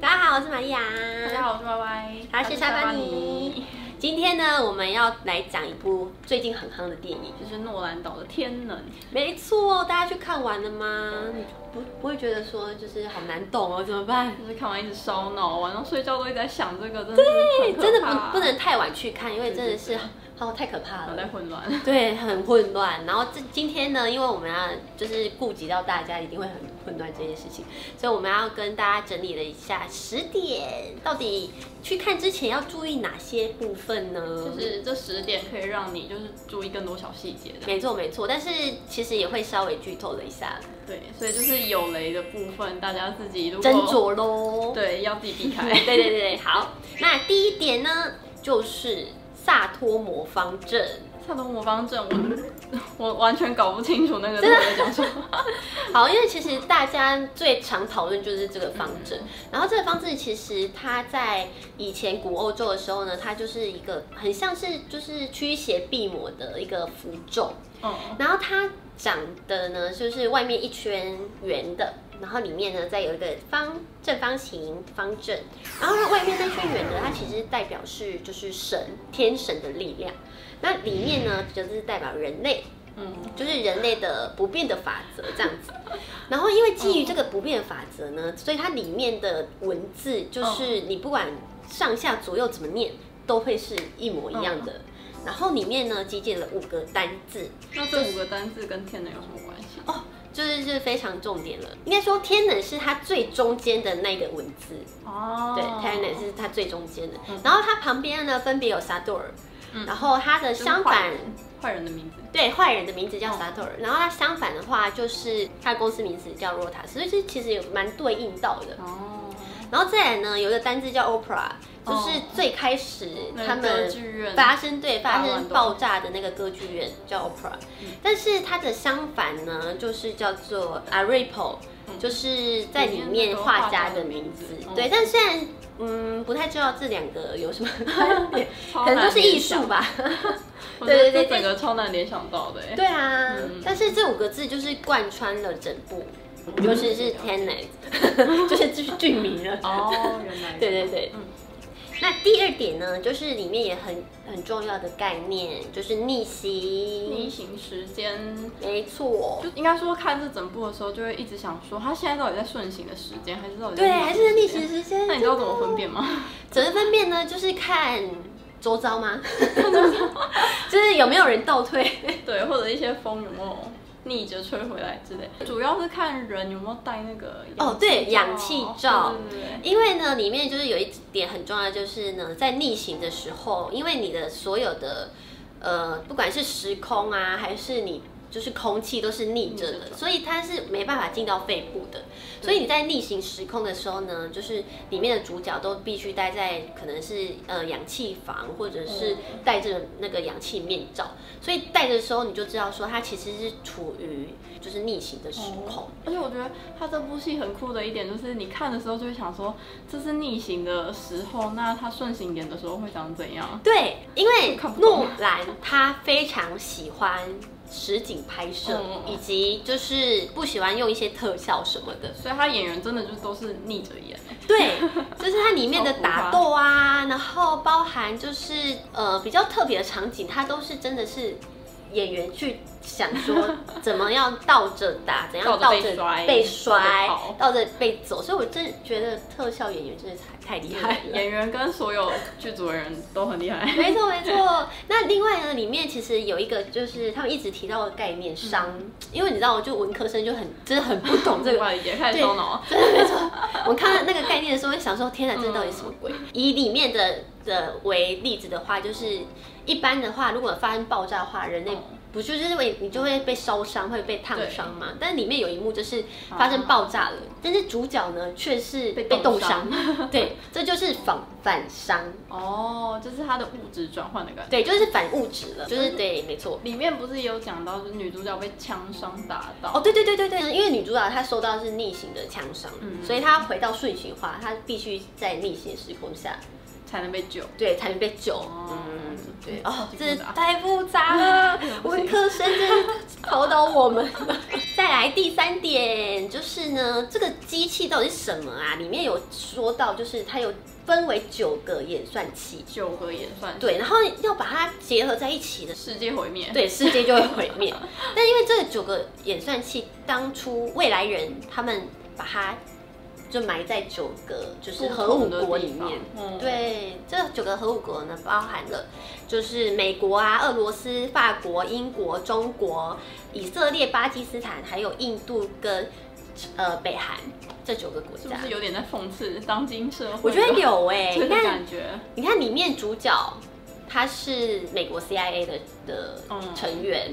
大家好，我是玛利亚。大家好，我是 Y Y，好是莎凡妮。今天呢，我们要来讲一部最近很夯的电影。就是诺兰岛的天能，没错，大家去看完了吗？嗯你不不会觉得说就是好难懂哦，怎么办？就是看完一直烧脑，晚上睡觉都一直在想这个，真的对真的不不能太晚去看，因为真的是哦太可怕脑了袋。混乱。对，很混乱。然后这今天呢，因为我们要就是顾及到大家一定会很混乱这件事情，所以我们要跟大家整理了一下十点，到底去看之前要注意哪些部分呢？就是这十点可以让你就是注意更多小细节的，没错没错，但是其实也会稍微剧透了一下，对，所以就是有雷的部分，大家自己如果斟酌喽。哦对要自己避开。对对对对，好。那第一点呢，就是萨托魔方阵。萨多魔方阵，我我完全搞不清楚那个到底在讲什么。 好，因为其实大家最常讨论就是这个方阵，然后这个方阵其实它在以前古欧洲的时候呢，它就是一个很像是就是驱邪避魔的一个符咒，嗯，然后它长的呢就是外面一圈圆的，然后里面呢再有一个方正方形方阵，然后它外面那圈圆的，它其实代表是就是神天神的力量，那里面呢就是代表人类。嗯，就是人类的不变的法则这样子。然后因为基于这个不变的法则呢，所以它里面的文字就是你不管上下左右怎么念，都会是一模一样的。然后里面呢集结了五个单字，那这五个单字跟天能有什么关系？哦，就是就是非常重点了。应该说天能是它最中间的那个文字，哦，嗯对，天能是它最中间的。然后它旁边呢分别有沙多尔，然后它的相反。坏人的哦名字。对，坏人的名字叫萨托尔，然后他相反的话就是他的公司名字叫 Rota，所以这其实有蛮对应到的。哦，然后再来呢，有一个单字叫 Opera，就是哦最开始那他歌们剧院发生对大发乱生斗爆炸的那个歌剧院叫 Opera，但嗯是它的相反呢，就是叫做 Aripo，就是在里面画家的名字嗯里面那个画家的名字。对嗯，但虽然嗯不太知道这两个有什 么关联，超可能都难是艺联想术吧。我觉对得对对这整个超难联想到的欸。对啊，但是这五个字就是贯穿了整部，嗯尤其是 Tenet，就是剧剧迷了。哦，原来对对对，那第二点呢，就是里面也很很重要的概念，就是逆袭。逆行时间。没错就，应该说看这整部的时候，就会一直想说，他现在到底在顺行的时间，还是到底在对，还是逆逆袭行时间？时间。那你知道怎么分辨吗？ 怎么分辨呢？就是看周遭吗？ 就是有没有人倒退。对，或者一些风有没有逆着吹回来之类，主要是看人有没有带那个氧气哦对罩啊氧气罩对对对因为呢，里面就是有一点很重要，就是呢，在逆行的时候，因为你的所有的呃，不管是时空啊，还是你就是空气都是逆着逆着的，走所以它是没办法进到肺部的。所以你在逆行时空的时候呢，就是里面的主角都必须待在可能是呃氧气房，或者是哦戴着那个氧气面罩。所以戴着的时候，你就知道说它其实是处于就是逆行的时空。哦而且我觉得他这部戏很酷的一点就是，你看的时候就会想说，这是逆行的时候，那他顺行点的时候会长怎样？对，因为看不懂诺兰他非常喜欢实景拍摄嗯，以及就是不喜欢用一些特效什么 的。所以他演员真的就都是逆着演，对，就是它里面的打斗啊，然后包含就是呃比较特别的场景，它都是真的是演员去想说怎么样倒着打，怎样 倒倒着被着摔被摔倒着跑，倒着被走。所以我真的觉得特效演员真的太太厉害了。哎演员跟所有剧组的人都很厉害。 没错没错。那另外呢，里面其实有一个就是他们一直提到的概念商，嗯因为你知道，我就文科生就很真的很不懂这这 个。个也太烧脑了，真的没错，我看到那个概念的时候，会想说：天哪，这到底什么鬼？嗯以里面的的为例子的话，就是一般的话，如果发生爆炸的话，人类嗯不就是会你就会被烧伤，会被烫对伤嘛？但里面有一幕就是发生爆炸了，但是主角呢却是被啊被冻冻伤伤，对，这就是反反伤，哦，就是他的物质转换的感觉。对，就是反物质 嗯了，就是对，没错。里面不是也有讲到，就是女主角被枪伤打到，哦，对对对对对，因为女主角她受到是逆行的枪伤，所以她回到顺行化，她必须在逆行时空下，才能被救。对，才能被救。哦嗯，对，超哦，级复这 杂太复杂了，文科生真是考倒我们了。 再来第三点就是呢，这个机器到底是什么啊？里面有说到，就是它有分为九个演算器，九个也算对，然后要把它结合在一起的时世界毁 灭。候，对，世界就会毁灭。但因为这九个演算器，当初未来人他们把它就埋在九个就是核武国里面。嗯，对，这九个核武国呢，包含了就是美国啊、俄罗斯、法国、英国、中国、以色列、巴基斯坦，还有印度跟呃北韩这九个国是不家。是有点在讽刺当今社会？我觉得有哎、这你个看，感觉，你看里面主角他是美国 CIA 的的嗯成员，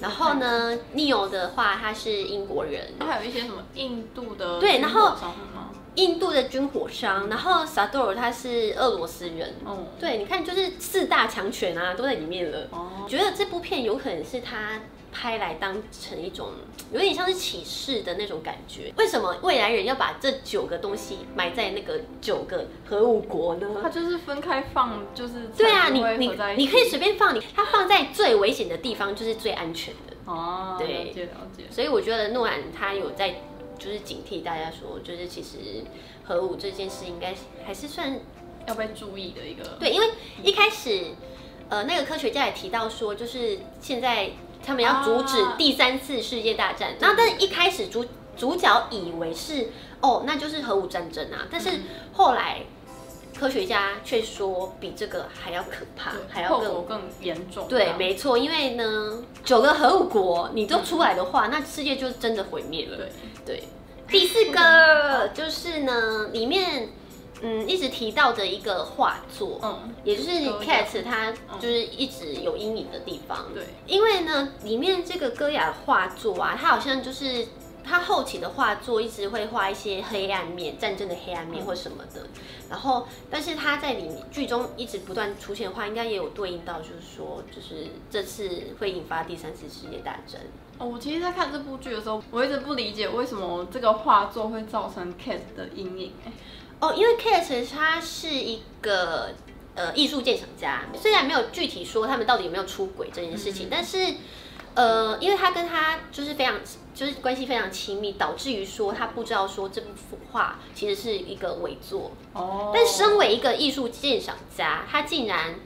然后呢，Neo 的话他是英国人，还有一些什么印度的对然后中国商人吗印度的军火商，然后 Sador 他是俄罗斯人。嗯对，你看，就是四大强权啊，都在里面了。哦觉得这部片有可能是他拍来当成一种有点像是启示的那种感觉。为什么未来人要把这九个东西埋在那个九个核武国它呢？就是分开放，就是对啊，才你不会你合在一起你可以随便放，你它放在最危险的地方就是最安全的。哦，对了解了解。所以我觉得诺兰他有在就是警惕大家说，就是其实核武这件事应该还是算要被注意的一个。对，因为一开始，呃，那个科学家也提到说，就是现在他们要阻止啊第三次世界大战。然后，但是一开始主主角以为是哦，那就是核武战争啊，但是嗯后来科学家却说比这个还要可怕，还要后更果更严重。这对，样没错，因为呢，九个核武国你都出来的话，那世界就真的毁灭了。对，对，第四个就是呢，里面嗯一直提到的一个画作，嗯，也就是歌雅 Cat 它就是一直有阴影的地方。对，因为呢，里面这个歌雅画作啊，它好像就是它后期的画作一直会画一些黑暗面、战争的黑暗面或什么的。然后，但是它在里面剧中一直不断出现的话，应该也有对应到，就是说，就是这次会引发第三次世界大战。哦，我其实，在看这部剧的时候，我一直不理解为什么这个画作会造成 Cat 的阴影。哎哦，因为 Cat 他是一个呃艺术鉴赏家，虽然没有具体说他们到底有没有出轨这件事情，嗯但是呃，因为他跟他就是非常就是关系非常亲密，导致于说他不知道说这幅画其实是一个伪作，哦，但身为一个艺术鉴赏家，他竟然。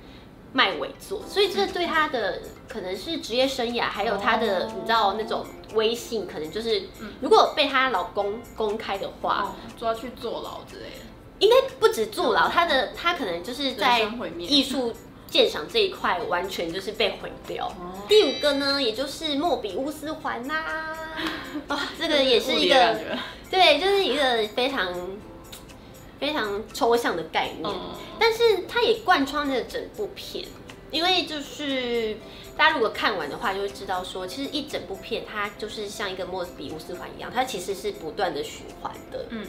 卖伪作，所以这对他的可能是职业生涯，还有他的哦嗯你知道那种威信，可能就是如果被她老公公开的话，哦抓去坐牢之类的，应该不止坐牢，他的他可能就是在人生毁灭艺术鉴赏这一块完全就是被毁掉。哦第五个呢，也就是莫比乌斯环啦、 啊，这个也是一物理的嗯感个觉对，就是一个非常非常抽象的概念，嗯但是它也贯穿了整部片。因为就是大家如果看完的话，就会知道说，其实一整部片它就是像一个莫比乌斯环一样，它其实是不断的循环的。嗯，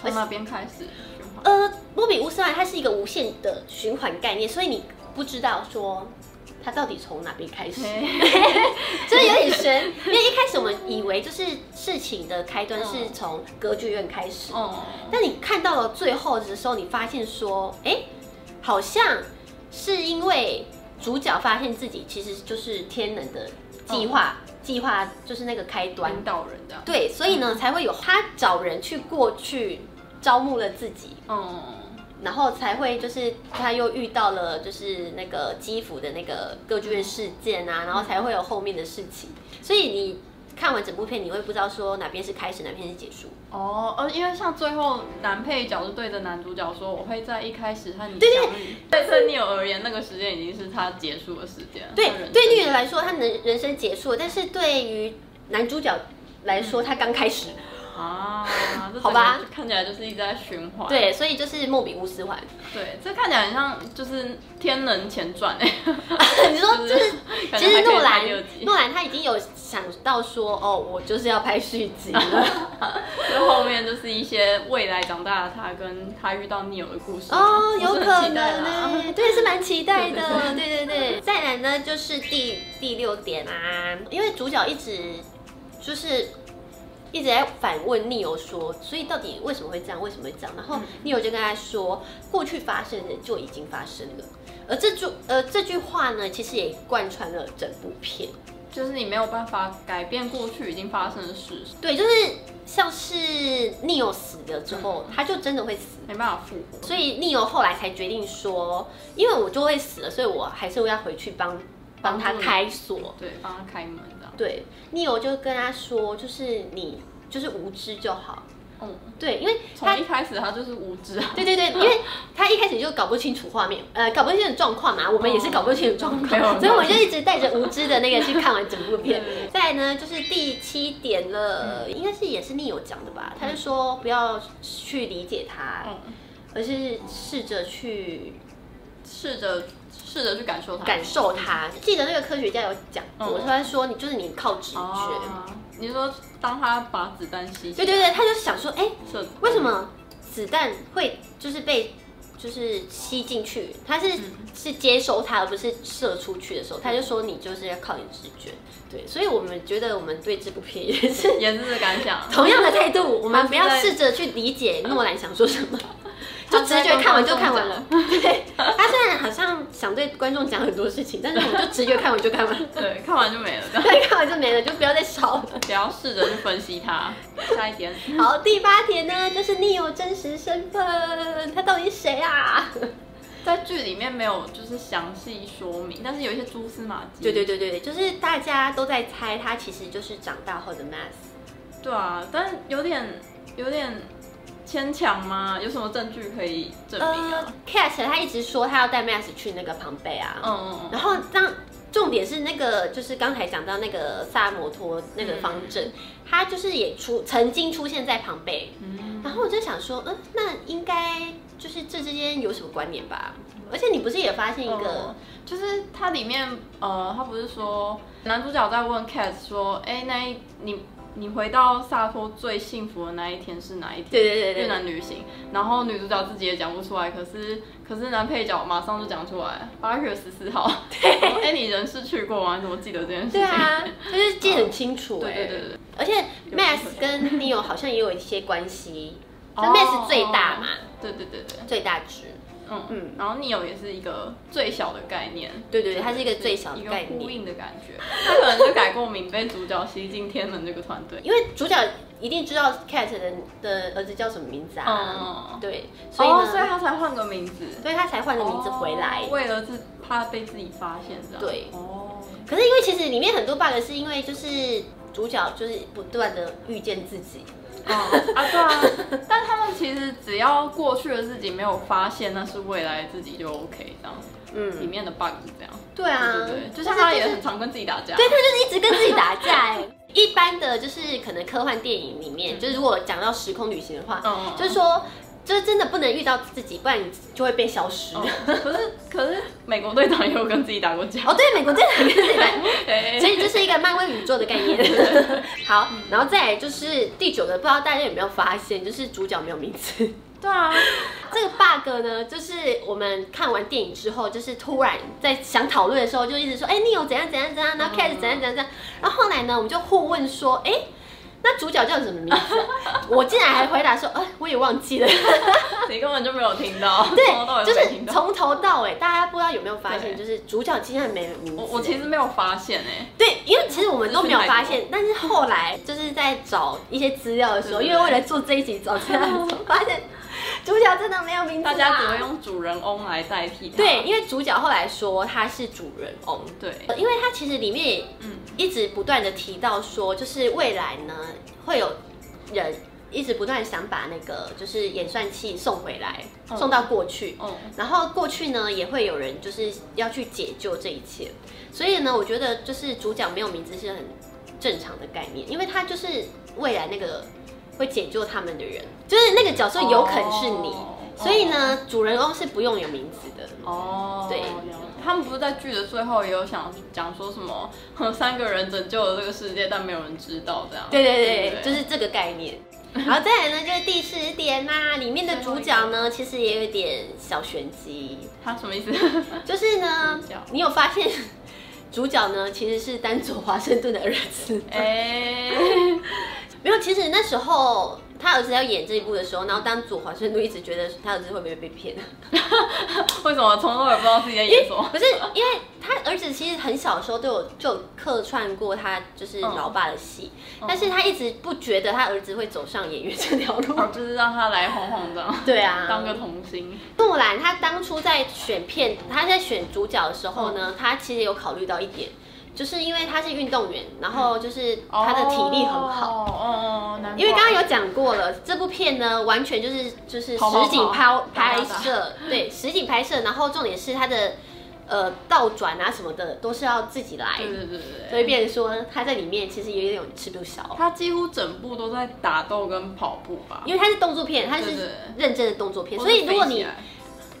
从那边开始循环。 呃，莫比乌斯环它是一个无限的循环概念，所以你不知道说它到底从哪边开始， 嘿就是有点悬。因为一开始我们以为就是事情的开端是从歌剧院开始，哦，但你看到了最后的时候，你发现说，哎、好像是因为主角发现自己其实就是天能的计划，哦计划、就是那个开端。引导人这样。对，所以嗯呢才会有他找人去过去招募了自己，嗯，然后才会就是他又遇到了就是那个基辅的那个歌剧院事件嗯啊，然后才会有后面的事情。所以你看完整部片，你会不知道说哪边是开始，哪边是结束。哦，呃，因为像最后男配角就对着男主角说：“我会在一开始和你相遇。”对对对你有而言，那个时间已经是他结束的时间。对他人，生对女人来说，她人人生结束了，但是对于男主角来嗯说，他刚开 始。啊，这好吧整个看起来就是一直在循环。对，所以就是莫比乌斯 环。对，这看起来很像就是《天人前传》哎。你说 就哦就是是感其觉实还可以诺拍兰第二，集诺兰他已经有想到说，哦，我就是要拍续集 了。就后面就是一些未来长大的他跟他遇到 Neo 的故事哦，有我是可很期能欸待呢、啦对，是蛮期待的，对对对。再来呢，就是第第六点啊，因为主角一直就是一直在反问 Neo 说，所以到底为什么会这样，为什么会这样？然后嗯 Neo 就跟他说，过去发生的就已经发生了。而这句呃这句话呢，其实也贯穿了整部片。 就是你没有办法改变过去已经发生的事，对，就是像是 Neo 死了之后，嗯他就真的会死。没办法复活。所以 Neo E 后来才决定说，因为我就会死了，所以我还是要回去帮帮他开锁。对，帮他开门这样。对，Neo 就跟他说，就是你就是无知就好。嗯，对，因为他从一开始他就是无知啊，对对对，因为他一开始就搞不清楚画面，呃，搞不清楚状况嘛，我们也是搞不清楚状哦没有况，所以我就一直带着无知的那个去看完整部片 对对对。嗯再来呢，就是第七点了，应该是也是逆友讲的吧，他就说不要去理解他，嗯，而是试着去试着试着去感受它，感受它。记得那个科学家有讲过，嗯他说你就是你靠直觉。哦。你说当他把子弹吸起对对来，对，他就想说，哎，射为什么子弹会就是被就是吸进去？他是、嗯是接收它，而不是射出去的时候，他就说你就是要靠你直觉。对，所以我们觉得我们对这部片也是也是这感 想？同样的态 度，我们不要他是试在着去理解诺兰想说什么。就他直在觉跟看完观就众看完讲了， 对他虽然好像想对观众讲很多事情，但是我们就直觉看完就看完了，对，看完就没了， 这样对，看完就没了，就不要再烧了。不要试着去分析它。下一点，好，第八点呢，就是你有真实身份，他到底是谁啊？在剧里面没有就是详细说明，但是有一些蛛丝马迹。 对对对对，就是大家都在猜他其实就是长大后的 Mass。对啊，但有点有点牵强吗？有什么证据可以证明呃啊？ ，Cat 他一直说他要带 Mass 去那个庞贝啊，嗯嗯嗯，然后当重点是那个就是刚才讲到那个萨摩托那个方阵，他就是也出曾经出现在庞贝，嗯然后我就想说，嗯，那应该就是这之间有什么关联吧？而且你不是也发现一个嗯，就是它里面呃，他不是说男主角在问 Cat 说，哎、那一你你回到萨托最幸福的那一天是哪一天？对对对对越南旅行，然后女主角自己也讲不出来，可是可是男配角马上就讲出来，八月十四号。对， 哎、你人是去过吗？你怎么记得这件事情？对啊，就是记得很清楚、欸。对对对对，而且 Mass 跟 Neo 好像也有一些关系，就 Mass 最大嘛，哦对对对对，最大值。嗯嗯嗯，然后 Neo 也是一个最小的概念，对对对，它是一个最小的一个概呼念，应的感觉，他可能就改过名，被主角吸进天门这个团 队。因为主角一定知道 Cat 的的儿子叫什么名字啊？嗯对，所所以以、呢，哦、所以他才换个名字，所以他才换个名字回来。哦为了自怕被自己发现，这样对哦，可是因为其实里面很多 bug 是因为就是主角就是不断的遇见自己，哦啊 对啊，但他们其实只要过去的自己没有发现，那是未来的自己就 OK 这样。里嗯，面的 bug 是这样，对啊，对对对，就像他也就是很常跟自己打架，对，他就是一直跟自己打架、 欸。一般的就是可能科幻电影里面，就是如果讲到时空旅行的话，嗯就是说，就是真的不能遇到自己，不然你就会被消失。哦可是可是美国队长也有跟自己打过架， 哎哦，对，美国真的很跟自己打对所以这是一个漫威宇宙的概念。好，然后再来就是第九个，不知道大家有没有发现，就是主角没有名字。 对啊，这个 bug 呢，就是我们看完电影之后，就是突然在想讨论的时候，就一直说，哎、你有怎样怎样怎样，然后 Cat 怎样怎样怎样，然后后来呢，我们就互问说，哎、那主角叫什么名字啊？我竟然还回答说，哎、我也忘记了。你根本就没有听到，从头到对，尾就都没是听到。从头到尾，大家不知道有没有发现，就对是主角竟然没有名字。我我其实没有发现哎、对，因为其实我们都没有发就是现，但是后来就是在找一些资料的时候，对对因对为为了做这一集找资料的时候，发现主角真的没有名字啊。大家只会用主人翁来代替它。对，因为主角后来说他是主人翁，对，因为他其实里面也嗯一直不断的提到说，就是未来呢会有人一直不断地想把那个就是演算器送回来，嗯送到过去。哦，然后过去呢，也会有人就是要去解救这一切，所以呢，我觉得就是主角没有名字是很正常的概念，因为他就是未来那个会解救他们的人，就是那个角色有可能是你，哦所以呢，主人翁是不用有名字的。哦，对了解他们不是在剧的最后也有想讲说什么 呵三个人拯救了这个世界，但没有人知道这样。对对对，对，就是这个概念。然后再来呢，就是第十点啦、里面的主角呢，其实也有点小玄机，他什 么意思？就是呢主角，你有发现 主角呢其实是丹佐华盛顿的儿子？哎、没有，其实那时候他儿子要演这一部的时候，然后当佐华盛顿一直觉得他儿子会不会被骗， 为什么从头也不知道自己在演什么？不是因为他儿子其实很小的时候都有就有客串过他就是嗯老爸的戏，但是他一直不觉得他儿子会走上演员这条路。哦，就是让他来哄哄的，对啊，当个童星。诺兰他当初在选片，他在选主角的时候哦呢，他其实有考虑到一点，就是因为他是运动员，然后就是他的体力很好。哦哦哦，难怪因为刚刚有讲过了，这部片呢完全就是就是跑跑跑实景拍打打拍打摄，对实景拍摄，然后重点是他的呃倒转啊什么的都是要自己来对，对对对对，所以变成说他在里面其实也有点吃不消，他几乎整部都在打斗跟跑步吧。因为他是动作片，他是对对认真的动作片，所以如果你或者飞起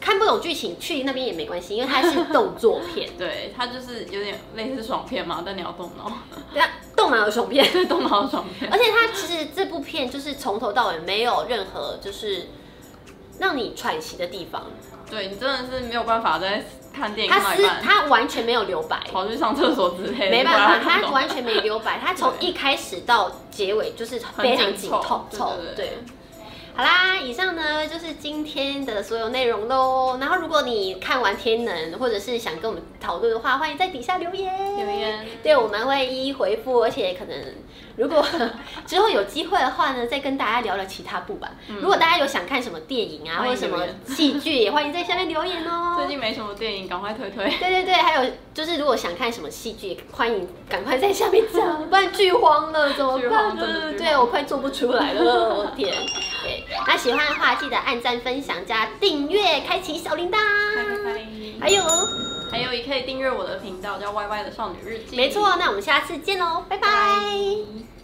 看不懂剧情去那边也没关系，因为它 是动作片。来对他就是有点类似爽片嘛，但你要动脑， 对啊，动脑有爽片， 对动脑的爽片。而且它其实这部片就是从头到尾没有任何就是让你喘息的地方，对你真的是没有办法在看电影看它到是一半它完全没有留白，跑去上厕所之类的，没办不法，然它动完全 没留白，它从一开始到结尾就是非常紧凑凑，对对对对。好啦，以上呢就是今天的所有内容喽。然后如果你看完《天能》或者是想跟我们讨论的话，欢迎在底下留言。留言对，我们会一一回复，而且可能如果 之后有机会的话呢，再跟大家聊聊其他部吧。如果大家有想看什么电影啊，或嗯欢者迎什么留言戏剧，也欢迎在下面留言 最哦。近没什么电影，赶 快推推。对对对，还有就是，如果想看什么戏剧，欢迎赶快在下面讲，不然剧荒了怎么剧办荒真呢的？剧对我快做不出来了，我天！对，那喜欢的话记得按赞、分享、加订阅，开启小铃铛。哎拜拜还有，还有，也可以订阅我的频道，叫 Y Y 的少女日记。没错，那我们下次见喽，拜拜拜。